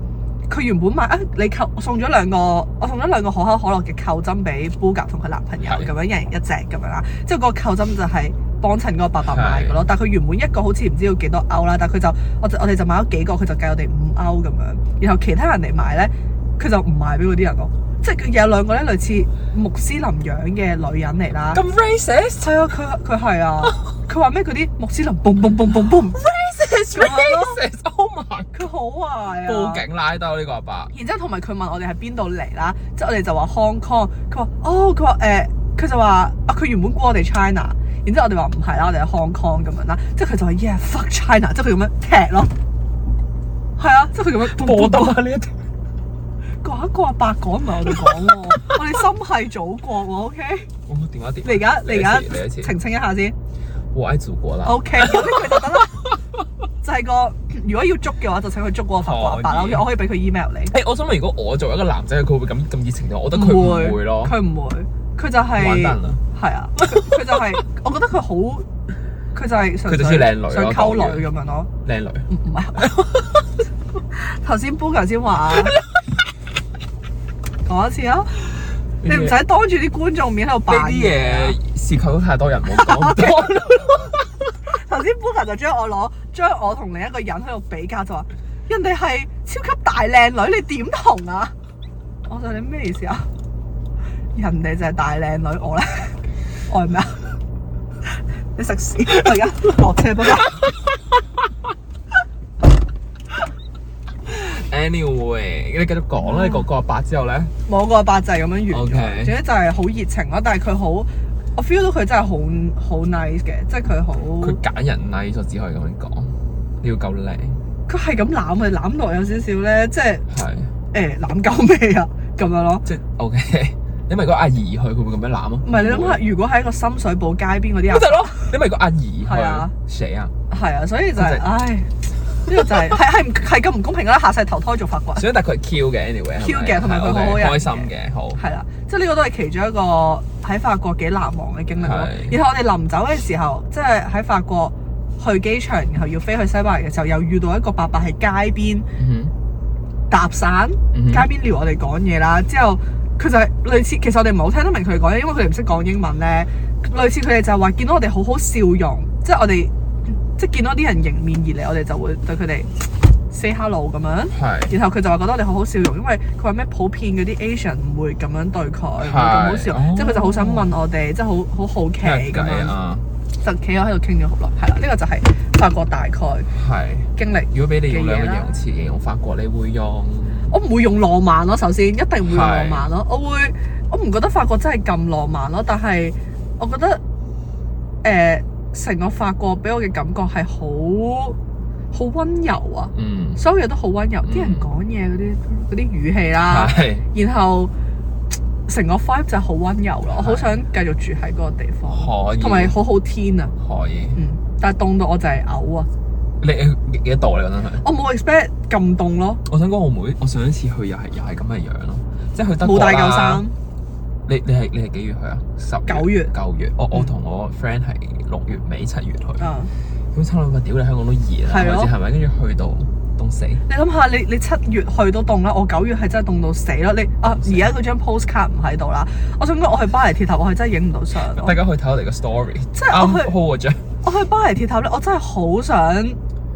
佢原本買啊，你扣我送咗兩個，我送咗兩個可口可樂嘅扣針俾 Booga 同佢男朋友
係
咁樣，一人一隻咁樣啦。之後嗰個扣針就係幫襯嗰個伯伯買嘅咯。但係佢原本一個好似唔知要幾多歐啦，但係佢就我就我哋就買咗幾個，佢就計我哋五歐咁樣。然後其他人嚟買咧，佢就唔賣俾嗰啲人咯。即係佢有兩個咧類似穆斯林樣嘅女人嚟啦。
咁 racist
係啊，佢佢係啊，佢話咩嗰啲穆斯林嘣嘣嘣嘣嘣，
racist
咁樣咯
racist，oh my！
佢好壞啊！
報警拉兜呢個阿伯，
然之後同埋佢問我哋喺邊度嚟啦，即係我哋就話 Hong Kong，佢話哦，佢話誒，呃佢、就話啊，佢原本估我哋 China，然之後我哋話唔係啦，我哋喺 Hong Kong 咁樣啦，即係佢就話 yeah fuck China，即係佢咁樣踢咯，係啊，即係佢咁樣
播到啊呢一條，
嗰一個阿伯講唔係我哋講喎，我哋心係祖國喎，OK，
我電話
你而
跌。
家你而家
你一次你一次
澄清一下先
我愛祖國啦。
，OK，咁佢 就等啦，就係個如果要捉嘅話，就請佢捉嗰個法國阿伯啦
可以
，OK，我可以俾佢 email 你。
誒，我想問，如果我作為一個男仔，佢會咁咁熱情嘅，我覺得佢
唔
唔會咯。
佢唔會，佢就係、
玩得啦
係啊，佢佢就係、我覺得佢好，佢就係純
佢就
粹
似靚女咯
想溝
講
女
嘢
咁樣咯，
靚女，
唔唔係。頭先 Booker 先話，講一次啊！你唔
呢啲
使當住啲觀眾面喺度
呢
扮
啲
啊
嘢涉及到太多人，冇講多啦。
頭先 Booker 就將我攞將我同另一個人喺度比較，就話人哋係超級大靚女，你點同啊？我就你咩意思啊？人哋就係大靚女，我咧我係咩啊？你食屎！我而家落車不過
Anyway，你繼續講啦，你講個阿伯之後咧，
冇個八就係咁樣完咗。
OK
總之就係好熱情咯，但係佢好，我 feel 到佢真係好好 nice 嘅，即係佢好
佢揀人 nice，我只可以咁樣講。你要夠靚，
佢係咁攬佢攬落有少少咧，即係
係
誒攬夠咩啊咁樣咯。
即係 OK。你咪個阿姨去，佢會咁樣攬啊？
唔係你諗下，如果喺一個深水埗街邊嗰
咪
啲
就
啊
係，咯。你咪個阿姨
係啊
去，誰啊？
係啊，所以就係、
真係
唉，呢個就 係係係唔係咁唔公平啦，下世投胎做法棍。
所以但係佢係 Q 嘅，anyway 係咪。
Q 嘅同埋佢
係，OK，
好好人嘅
開心嘅，好。
係啦，即係呢個都係其中一個喺法國幾難忘嘅經歷咯。
係
然後我哋臨走嘅時候，即係喺法國去機場，然後要飛去西班牙嘅時候，又遇到一個伯伯喺街邊
嗯
搭散，
嗯哼
街邊撩我哋講嘢啦。之後佢就係類似，其實我哋唔係好聽得明佢哋講嘢，因為佢哋唔識講英文咧。類似佢哋就係話見到我哋好好笑容，即係我哋即係見到啲人迎面而嚟，我哋就會對佢哋 say hello 咁樣。
哼，係。
然後佢就話覺得我哋好好笑容，因為佢話咩普遍嗰啲 Asian 唔會咁樣對佢，唔會咁好笑容，
哦
即係佢就好想問我哋，即係好好好奇
計
咁樣，
啊，
就企咗喺度傾咗好耐，係啦，呢個就係法國大概
係。
經歷。
如果俾你用兩個
嘅
形
嘢啦
容詞形容法國，你會用
我唔會用浪漫咯，首先一定唔會
係
用浪漫咯，我會我唔覺得法國真係咁浪漫咯，但係我覺得誒成、個法國俾我嘅感覺係好好温柔啊，
嗯
所有嘢都好温柔，啲人
嗯
講嘢嗰啲嗰啲語氣啦。
係
然後成個 vibe 就係好温柔咯，我好想繼續住喺嗰個地方，
可以，
同埋好好天啊，
可以。
嗯，但係凍到我就係嘔啊，
你幾多度啊你覺得佢？
我冇 expect 咁凍咯，
我想講我妹，我上一次去又係又係咁嘅樣咯，即係去德
冇
國
帶
啦
夠衫，
你你係你係幾月去啊？十
九月
九月。我我
嗯
同我 friend 係六月尾七月去，咁
啊！
差佬話屌你香港都熱啊啦，
係咯
咪先係咪？跟住去到凍死。
你諗下，你你七月去都凍啦，我九月係真係凍到死咯，你啊而家嗰張 postcard 唔喺度啦，我想講我去巴黎鐵塔，我係真係影唔到相 咯
大，家去睇我哋個 story，
哦即係我去
啱 hold 咗。
我去巴黎鐵塔咧，我真係好想。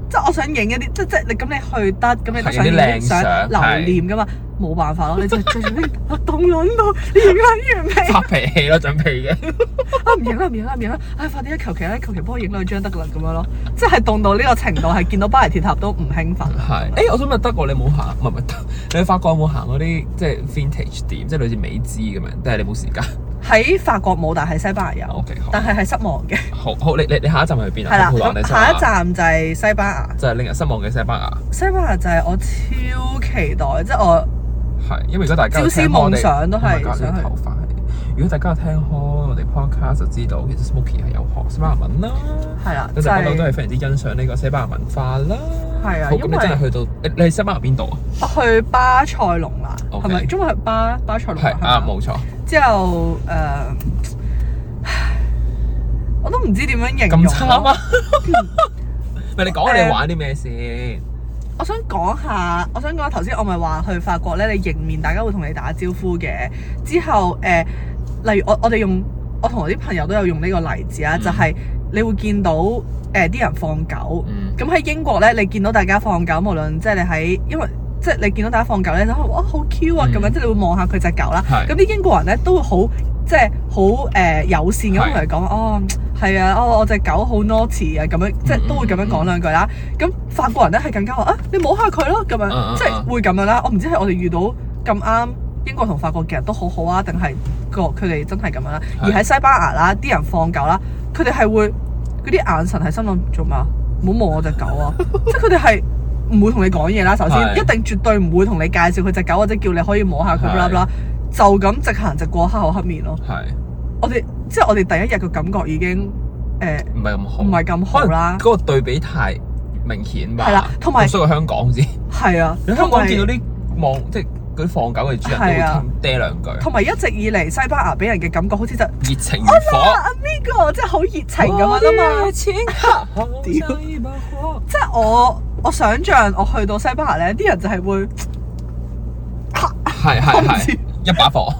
即係我想影一啲，即即你咁你去得，咁你都
係
想
影啲靚
影
相
留念噶嘛，冇辦法咯，你就最緊我凍撚到，你影撚完未？
發脾氣咯，準備嘅。
啊唔影啦唔影啦唔影啦！唉、快啲啊啦，求其啦，求其幫我影兩張得㗎啦咁樣咯，即係凍到呢個程度，係見到巴黎鐵塔都唔興奮。
係，誒、我想問德國你冇行，唔係唔係，你去法國有冇行嗰啲即係 vintage 店，即係類似美資咁樣？但係你冇時間。
喺法國冇，但係西班牙有
OK，好
但係係失望嘅。
好好，你你你下一站係去邊啊？
係啦，
葡萄牙定
咁
西班
下
牙
一站就係西班牙。
就係令人失望嘅西班牙，
西班牙就係我超期待，即係我
係因為如果大家有
朝思
聽開我哋
夢想都係
Oh my god，
想
呢個
去
頭髮係。如果大家有聽開我哋 podcast 就知道，其實 Smoky 係有學西班牙文啦，
係啦，
咁
就
就不嬲都
係
係非常之欣賞呢個西班牙文化啦。
係啊，
好，咁
因
你真係
為
去到你你喺西班牙邊度啊？
我去巴塞隆拿，
OK
係咪？中文係巴巴塞隆拿
係
係嘛
啊，冇錯。
之後誒、唉我都唔知點樣形容
咁差
咯。
啊！咪你講下你玩啲咩先？
我想講下，我想講頭先我咪話去法國咧，你迎面大家會同你打招呼嘅。之後誒、呃例如我我哋用我同我啲朋友都有用呢個例子啊，
嗯
就係你會見到誒啲、人放狗。
嗯，
咁喺英國咧，你見到大家放狗，無論即係你喺，因為即係你見到大家放狗咧，就可能哇好 Q 啊
嗯
咁樣，即係你會望下佢隻狗啦。
係
咁啲英國人咧都會好即係好誒友善咁同你講，哦係啊，哦我隻狗好 naughty 啊咁
嗯
樣，即係都會咁樣講兩句啦。咁法國人咧係更加話啊，你摸下佢咯咁
嗯嗯嗯
樣，即係會咁樣啦。我唔知係我哋遇到咁啱英國同法國嘅人都好好啊，定係個佢哋真係咁樣啦。而
係
喺西班牙啦，啲人放狗啦，佢哋係會嗰啲眼神係心諗做咩啊？唔好望我隻狗啊！ 即係佢哋係唔會同你講嘢啦。首先，
係
一定絕對唔會同你介紹佢隻狗，或者叫你可以摸下佢
係
啦啦，就咁直行直過黑口黑面咯。
係
我哋即係我哋第一日嘅感覺已經誒
唔係咁好？
唔係咁好啦
可能，嗰個對比太明顯吧。
係啦同埋
咁所以香港先，
係啊，
你香
同
港
埋
見到啲望即係嗰啲放狗嘅主人都會
係啊
傾嗲兩句，
同埋一直以嚟西班牙俾人嘅感覺好似就呢
熱情如火。哦
個啊即係好熱情咁樣啊嘛。
屌！
即係我我想象我去到西班牙咧，啲人就係會。
係
我唔
係
知
係，一把火。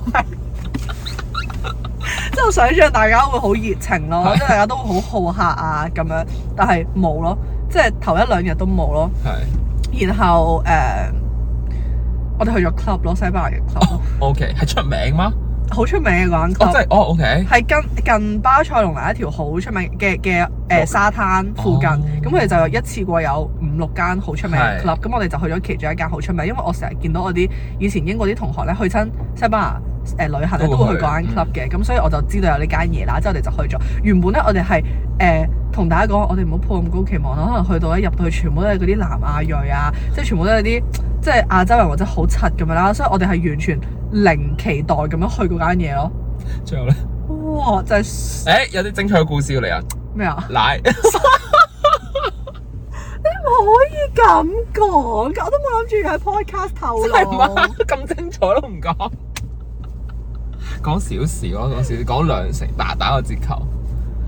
即係我想象大家會好熱情咯，
係
即係大家都會好好客啊咁樣，但係冇咯，即係頭一兩日都冇咯。
係
然後誒、我哋去咗 club 咯，西班牙嘅 club，
OK，係出名嗎？
好、出名嘅
哦，
嗰間
即
club，
係哦，OK，
係近近巴塞隆拿一條好出名嘅嘅誒沙灘附近，
哦
咁佢哋就有一次過有五六間好出名嘅
係
club，咁我哋就去咗其中一間好出名，因為我成日見到我啲以前英國啲同學咧去親西班牙。誒、旅行咧
都
都
會
會去
去
嗰間 club 嘅，咁、所以我就知道有呢間嘢啦，之後我哋就去咗。原本咧我哋係誒同大家講，我哋唔好抱咁高期望啦，可能去到咧入到去全部都係嗰啲南亞裔啊，即係全部都係啲即係亞洲人或者好柒咁樣啦，所以我哋係完全零期待咁樣去嗰間嘢咯。
最後咧，
哇！哦就
誒
係、
有啲精彩嘅故事要嚟啊！
咩啊？
奶
唔可以咁講，我都冇諗住喺 podcast 透露。
係嘛？ 咁精彩都唔講，講少少咯，講少少，講兩成，打打個折扣，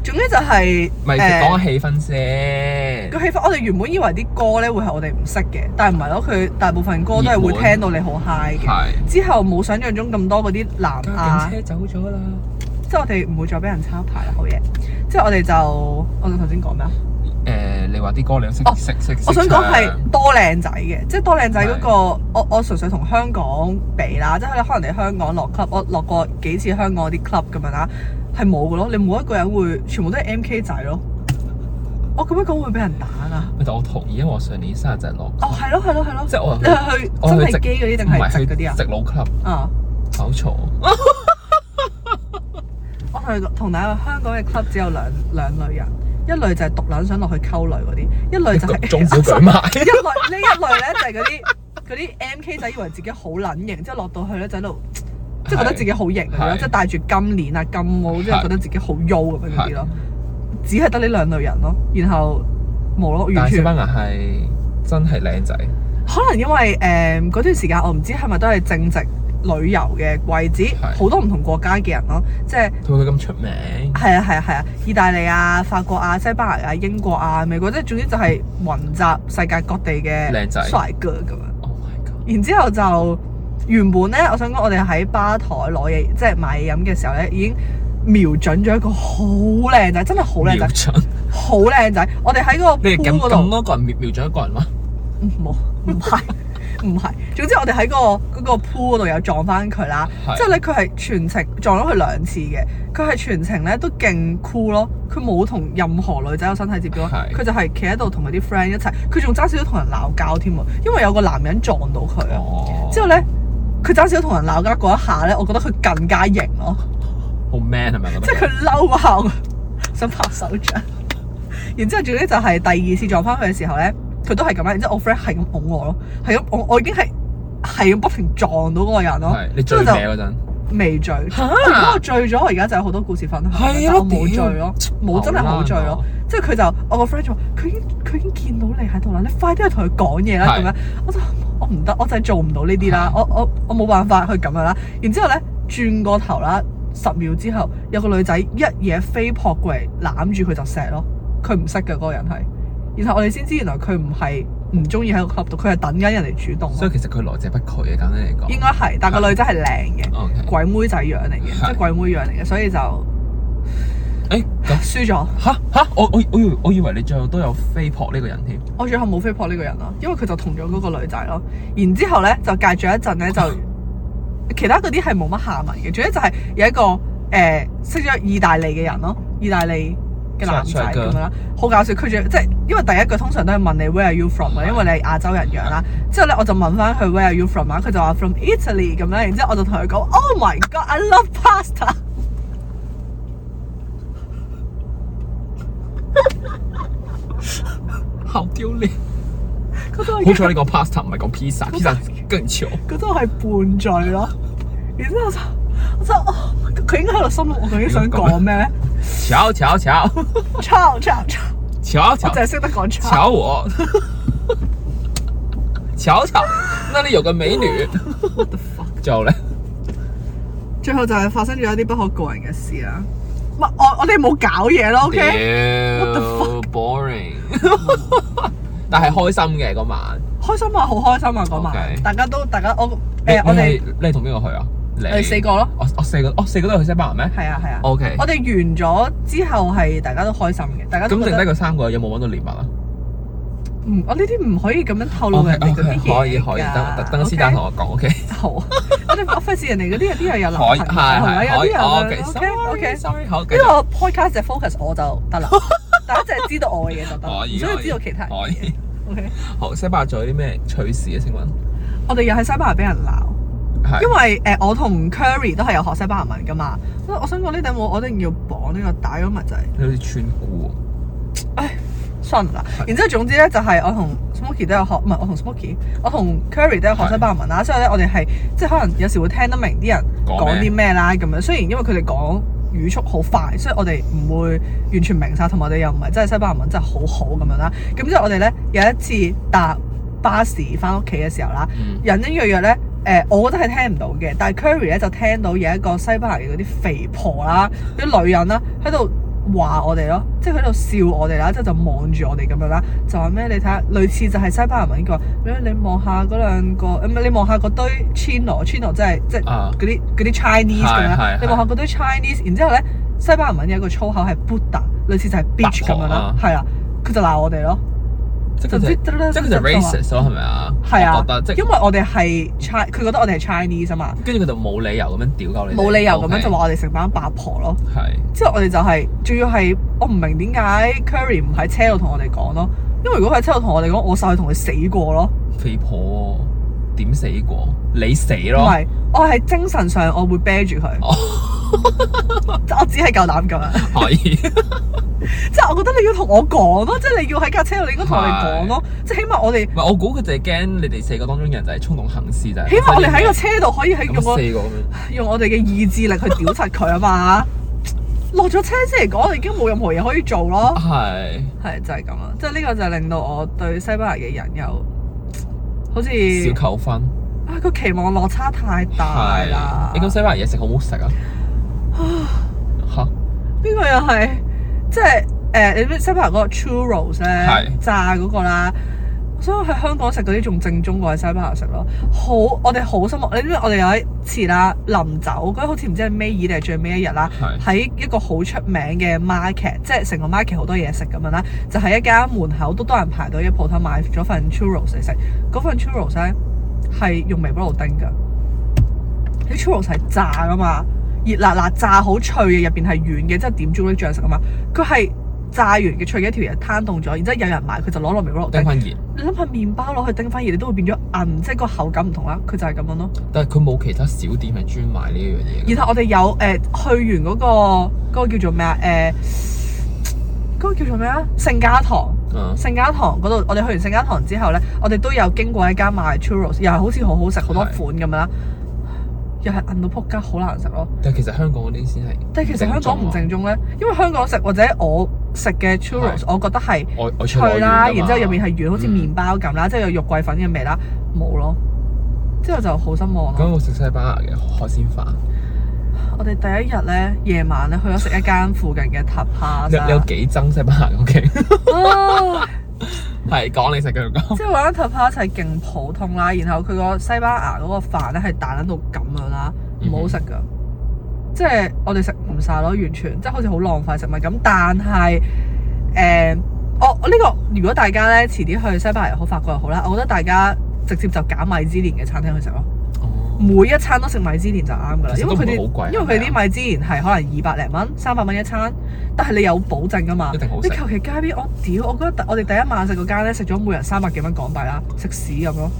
總之就係、
咪
誒
講個氣氛先
個。氣氛。我哋原本以為啲歌咧會係我哋唔識嘅，但係唔係咯，佢大部分歌都係
熱門
會聽到你好 high 嘅。
係，
之後冇想象中咁多嗰啲南亞，
警車走咗啦。
即係我哋唔會再俾人抄牌啦，好嘢。之後我哋就我哋頭先講咩啊？
誒，你話啲歌你都識
哦
識識識
我想講係
唱
多靚仔嘅，即係多靚仔嗰個，我我純粹同香港比啦，即係可能你香港落 club，我落過幾次香港啲 club 咁樣啦，係冇嘅咯，你冇一個人會，全部都係 MK 仔咯。我咁樣講會俾人打啊！
咪就我同意，因為我上年生日就係落，
哦，係咯，係咯，係咯，
即係我
你係去真
我去
係基嗰啲定
唔
係
係
直
去
嗰啲啊？
直佬 club
啊！
口嘈，
我同你講同大家講香港嘅 club 只有兩兩類人，一類就係獨撚想落去溝女嗰啲，一類就係、
中小舉賣。
一類呢一類咧就係嗰啲嗰啲 M K 仔以為自己好撚型，之後落到去咧就喺度， 即係覺得自己好型咁樣，
係
即係戴住金鏈啊金帽，即係
係
覺得自己好啊優咁樣嗰啲
係
咯。只係得呢兩類人咯，然後冇咯，
但
完
係西
全
班牙係真係靚仔，
可能因為誒嗰段時間我唔知係咪都係正值旅遊嘅季節，
係
好多唔同國家嘅人咯，即係。
佢佢咁出名。
係啊係啊係啊，意大利啊、法國啊、西班牙啊、英國啊、美國，即係總之就係雲集世界各地嘅
靚仔
帥哥咁樣。
Oh my god！
然之後就原本咧，我想講我哋喺吧台攞嘢，即係買嘢飲嘅時候咧，已經瞄準咗一個好靚仔，真係好靚
瞄
仔，
準
好靚仔。我哋喺嗰個
你哋咁
pool
咁
嗰度，
多個人瞄瞄準一個人嗎？
嗯冇，唔係。唔係，總之我哋喺、個嗰、個 pool 嗰度有撞翻佢啦，
係
之後咧佢係全程撞咗佢兩次嘅，佢係全程咧都勁 cool 咯，佢冇同任何女仔有身體接觸咯，
係
佢就係企喺度同佢啲 friend 一齊，佢仲爭少少同人鬧交添啊，因為有個男人撞到佢啊。
哦，
之後咧，佢爭少同人鬧交嗰一下咧，我覺得佢更加型咯，
好 man 係咪覺得？
即係佢嬲啊！我想拍手掌。然之後仲咧就係第二次撞翻佢嘅時候咧，佢都係咁樣。然之後我 friend 係咁拱我咯，係咁拱，我已經係係咁不停撞到嗰個人咯。
係你最
之後
歪
就
嗰陣，
未醉。佢如果我醉咗，我而家就有好多故事分享。
係
但
咯
我冇醉
屌
咯，冇真係冇醉咯。即係佢就我個 friend 就話：佢已經佢已經見到你喺度啦，你快啲去同佢講嘢啦
係
咁樣。我就我唔得，我就係做唔到呢啲啦，
係
我我我冇辦法去咁樣啦。然之後咧轉個頭啦，十秒之後有個女仔一嘢飛撲過嚟攬住佢就錫咯，佢唔識嘅嗰個人係。然後我哋先知原來佢唔係唔中意喺個 club 度，佢係等緊人嚟主動咯。
所以其實佢來者不拒嘅，簡單嚟講。
應該係，但個女仔係靚嘅，
O K。
鬼妹仔樣嚟嘅，即係
係
鬼妹樣嚟嘅，所以就
誒咁
輸咗。
吓吓，我我我以為我以為你最後都有飛撲呢個人添。
我最後冇飛撲呢個人咯，因為佢就同咗嗰個女仔咯。然之後咧就隔住一陣咧就 其他嗰啲係冇乜下文嘅，總之就係有一個誒、呃、識咗意大利嘅人咯，意大利嘅男仔
上上腳
咁樣啦，好搞笑。佢仲即係因為第一句通常都係問你 Where are you from 啊，因為你係亞洲人樣啦。之後咧我就問翻佢 Where are you from 啊，佢就話 From Italy 咁樣。然之後我就同佢講 Oh my God I love pasta。
好丟臉！
佢都係
好彩你講 pasta 唔係講 pizza，pizza 更潮。
佢都係半醉咯。然之後我就我就哦，佢應該喺度心諗我究竟想講咩咧？
巧巧 巧
抄抄抄，
巧
我
巧
就係識得講抄。
巧我， 巧巧，那裡有個美 女。之後咧，
最後就係發生咗一啲不可告人嘅事啦。唔係我我哋冇搞嘢咯
屌
，OK？
boring，但係開心嘅嗰晚。
開心啊，好開心啊嗰晚，
OK
大家都大家我
你
誒我
你
哋
係你係同邊個去啊？
我哋
你
四個咯，
我我四個，哦四個都係去西班牙咩
係啊係啊。
？OK，
我哋完咗之後係大家都開心嘅，大家都
咁
覺
剩低
得
嗰三個有冇揾到獵物啊？
嗯，我呢啲唔可以咁樣透露
OK，
人哋嗰
OK，
啲嘢
可以可以，等等等師丹
單
同我講，OK。
好，我哋我費事人哋嗰啲有啲人有男
可以
朋友，係咪
係係
有
可以哦
啲
，OK
人
sorry
啊 OK
sorry 好，繼
呢
續
個 podcast 就 focus 我就 得啦，大家淨係知道我嘅嘢就得啦，
可
唔
以
需要
可以
知道其他人
可
嘅嘢
以。
OK，
好，西班牙仲有啲咩趣事啊？請問
我哋又喺西班牙俾人鬧。
係
因為誒、呃我同 Curry 都係有學西班牙文噶嘛，我我想講呢頂帽我一定要綁呢個帶咗咪就係
你好似村姑
信啦。然之後總之咧就係我同 Smoky 都有學，唔係我同 Smoky，我同 Curry 都有學西班牙文啦，所以咧我哋係即係可能有時會聽得明啲人
講
講
咩
啲咩啦咁樣。雖然因為佢哋講語速好快，所以我哋唔會完全明晒，同埋我哋又唔係真係西班牙文真係好好咁樣啦。咁之後我哋咧有一次搭巴士翻屋企嘅時候啦。
嗯
隱隱約約咧，誒、呃我覺得係聽唔到嘅，但係 Curry 咧就聽到有一個西班牙嘅嗰啲肥婆啦，啲女人啦，喺度話我哋咯，即係佢喺度笑我哋啦，即係就望住我哋咁樣啦，就話咩？你睇下，類似就係西班牙文嘅，你你望下嗰兩個，唔係你望下嗰堆 chino，chino 即係即係
啊
嗰啲嗰啲 Chinese 咁樣啦
係係，
你望下嗰堆 Chinese，然之後咧西班牙文有一個粗口係 Buddha，類似就係 bitch 咁樣啦
啊，
係啦，佢就鬧我哋咯，
即係
就
佢
唔知
就即係佢就 racist 咯，係咪啊？
係
我
啊
覺得，即
因
係
為我哋係 Chi，佢覺得我哋係 Chinese 啊嘛。
跟住佢就冇理由咁樣屌鳩你哋，
冇理由咁樣
OK，
就話我哋成班八婆咯。
係
之後我哋就係、仲要係我唔明點解 Curry 唔喺車度同我哋講咯，因為如果佢喺車度同我哋講，我實去同佢死過咯。
肥婆點死過？你死
唔
咯，
係，我係精神上我會 啤住佢，
哦
我只係夠膽咁 樣。
可以
即係我覺得你要同我講咯，即係你要喺架車度，你應該同我哋講咯。即係起碼我哋，
唔係，我估佢就係驚你哋四個當中有人就係衝動行事就係。
起碼我哋喺個車度可以係用
咁
個
四個咁樣，
用我哋嘅意志力去屌柒佢啊嘛。落咗車先嚟講，我已經冇任何嘢可以做咯。
係
係就係咁啦，即係呢個就令到我對西班牙嘅人又好似
少扣分。
啊個期望落差太大啦。
你咁西班牙嘢食好唔好食 啊？嚇！
呢個又係即係誒、呃你知西班牙嗰個 churros 咧
係
炸嗰個啦。所以喺香港食嗰啲仲正宗過喺西班牙食咯，好我哋好失望。你知唔知我哋有一次啦，臨走嗰日好似唔知係尾二定係最尾一日啦，
係
喺一個好出名嘅 market，即係成個 market 好多嘢食咁樣啦，就係、一間門口都多人排隊嘅鋪頭買咗份 churros 嚟食，嗰份 churros 咧係用微波爐叮㗎，啲 churros 係炸㗎嘛，熱辣辣炸好脆嘅，入邊係軟嘅，即係點朱古力醬食啊嘛，佢係炸完嘅脆嘅一條嘢攤凍咗，然之後有人買佢就攞落微波爐叮
丁。翻熱，
你諗下麵包攞去叮翻熱，你都會變咗硬，即係個口感唔同啦。佢就係咁樣咯。
但係佢冇其他小店係專賣呢一樣嘢嘅。
然後我哋有誒、呃去完嗰、個嗰、個叫做咩啊誒，呃嗰、個叫做咩啊聖家堂。
嗯
聖家堂嗰度，我哋去完聖家堂之後咧，我哋都有經過一間賣 churros，又係好似好好食，好多
係
款咁樣啦。入又係韌到撲街，好難食咯。
但係其實香港嗰啲先係，啊
但係其實香港唔正宗咧，因為香港食或者我食嘅 churros，我覺得係
我我
脆啦，然之後入面
係
係軟，好似
嗯
麵包咁啦，即係有肉桂粉嘅味啦，冇咯。之後就好失望
咁
咯。
我食西班牙嘅海鮮飯，
我哋第一日咧夜晚咧去咗食一間附近嘅塔帕
你你有
啦，
幾憎西班牙嘅？O K，
啊
係講你食嘅 講。
即係玩塔帕係勁普通啦，然後佢個西班牙嗰個飯咧係彈到咁樣啦，唔好食噶。即係我哋食唔晒咯，完全即係好似好浪費食物咁。但係誒、我我呢、個如果大家咧遲啲去西班牙又好法國又好啦，我覺得大家直接就揀米芝蓮嘅餐廳去食咯。
哦
每一餐都食米芝蓮就啱噶啦，
其
因
實
為
都
佢
唔會好
哋
貴啊
因為佢啲米芝蓮係可能二百零蚊、三百蚊一餐，但係你有保證噶嘛
一？定好
你
食。
求其街邊，我屌，我覺得我哋第一晚食嗰間咧，食咗每人三百幾蚊港幣啦，食屎咁咯。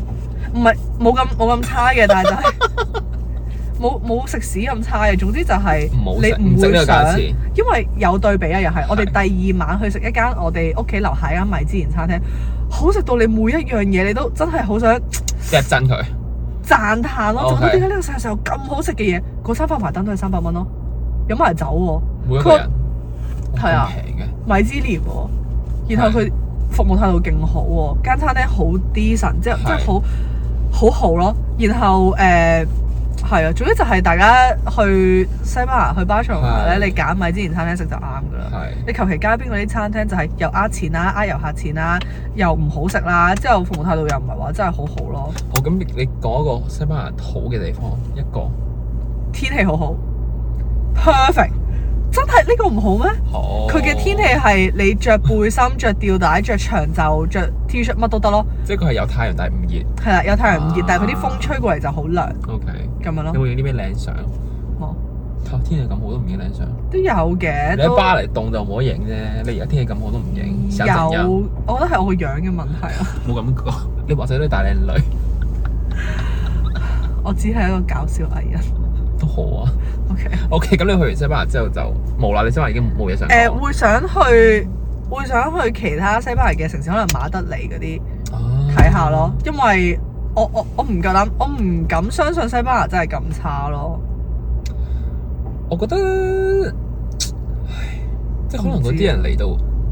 唔係冇咁冇咁差嘅，但係就係 冇冇食屎咁差嘅。總之就係
唔好食，
你
唔值
會
呢個價
想，
錢。
因為有對比啊，又係我哋第二晚去食一間我哋屋企樓下一間米芝蓮餐廳，好食到你每一樣嘢你都真係好想。
錫真佢，
讚歎咯，就
OK
覺得點解呢個世界上有咁好食嘅嘢？嗰餐飯埋單都係三百蚊咯，飲埋酒喎，
每一個人
係啊
咁平嘅，
米芝蓮喎，然後佢服務態度勁好喎，間餐廳好 decent，即係
係
即係好好好咯。然後誒係啊，總之就係大家去西班牙去巴塞羅那
係
咧，你揀米芝蓮餐廳食就啱噶啦。
係
你求其街邊嗰啲餐廳就係又呃錢啦，呃遊客錢啦，又唔好食啦，之後服務態度又唔係話真係好好咯，
好哦咁，你你講一個西班牙好嘅地方，一個
天氣好好，perfect，真係呢個唔好咩？
好。
佢嘅天氣係你着背心、着吊帶、着長袖、着 T 恤乜都得咯，
即係佢係有太陽，但係唔熱。
係啦，有太陽唔熱
啊，
但係佢啲風吹過嚟就好涼
O K，
咁樣
你
咯。
會影啲咩靚相？
哦
哦天氣咁好都唔影靚相。
都有嘅，
你喺
都
巴黎凍就冇得影啫，你而家天氣咁好都唔影，想陣
嗯有
有，
我覺得係我個樣嘅問題啊，
冇咁講。 你或者都係大靚女
我只係一個搞笑藝人。
都好啊。
OK，
OK，咁你去完西班牙之後就冇啦，你西班牙已經冇嘢想
誒
講。
會想去會想去其他西班牙嘅城市，可能馬德里嗰啲
啊
睇下咯，因為我我我唔夠膽，我唔敢相信西班牙真係咁差咯。
我覺得，唉即係可能嗰啲人嚟到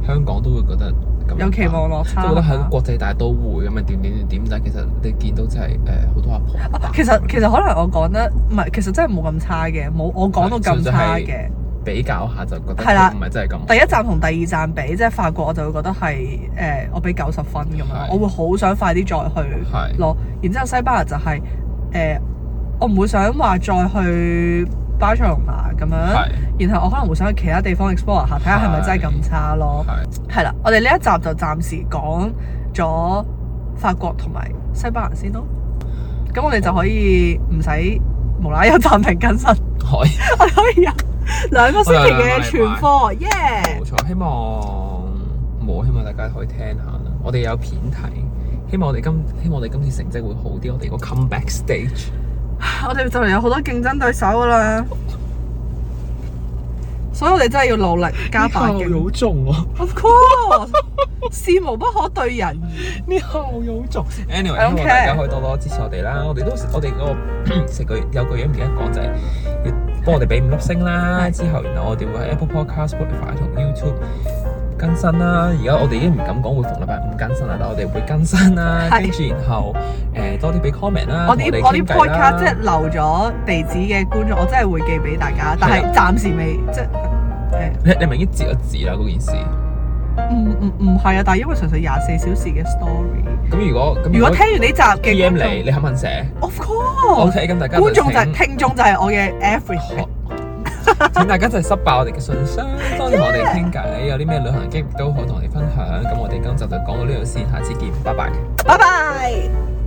香港都會覺得咁
啊有期望落
即
差
係
啊
覺得
嘛。
喺國際大都會咁樣點點點點，但係其實你見到真係誒好多阿婆
啊其實其實可能我講得唔係，其實真係冇咁差嘅，冇我講到咁差嘅。
比較下就覺得
係啦
佢唔係真係咁好。
第一站同第二站比，即係法國，我就會覺得係誒、呃我俾九十分咁樣，
係
我會好想快啲再
係
去咯。然之後西班牙就係、呃我唔會想話再去巴塞隆拿咁樣，
係
然後我可能會想去其他地方 explore 下，睇下係咪真係咁差咯。
係
係啦，我哋呢一集就暫時講咗法國同埋西班牙先咯。咁我哋就可以唔使無啦啦有暫停更新，
可以
我哋可以有兩個星期嘅全科，耶！
冇錯，希望冇希望大家可以聽下啦。我哋有片睇，希望我哋今希望我哋今次成績會好啲。我哋個 comeback stage
我哋就嚟有好多競爭對手噶啦，所以我哋真係要努力加把
呢下
勁。
好重啊！
Of course，事 無不可對人意。
呢下我又好重。Anyway，希
I don't
望大家
care
可以多多支持我哋啦。我哋都我哋個 成句有句嘢唔記得講就係要幫我哋俾五粒星啦。之後然後我哋會喺 Apple Podcast、Spotify 同 YouTube 更新啦。而家我哋已經唔敢講會逢禮拜五更新啦，但我哋會更新啦。
係
跟住然後誒多啲俾 comment 啦，
我啲
同
我啲
傾偈
podcast
啦
即係留咗地址嘅觀眾，我真係會寄俾大家，但
啊
係暫時未即係誒。
你你咪已經截咗字啦嗰件事。
唔唔唔係啊，但係因為純粹廿四小時嘅 story。
咁如果咁
如果聽完呢集嘅
P.M.
觀眾
你，你肯唔肯寫
of course，
？OK，咁大家
觀眾就
請
係聽眾就係我嘅 everything。
請大家就係塞爆我哋嘅信箱，多啲同我哋傾偈，有啲咩旅行經歷都可以同我哋分享。咁我哋今集就講到呢度先，下次見，拜拜。
拜拜。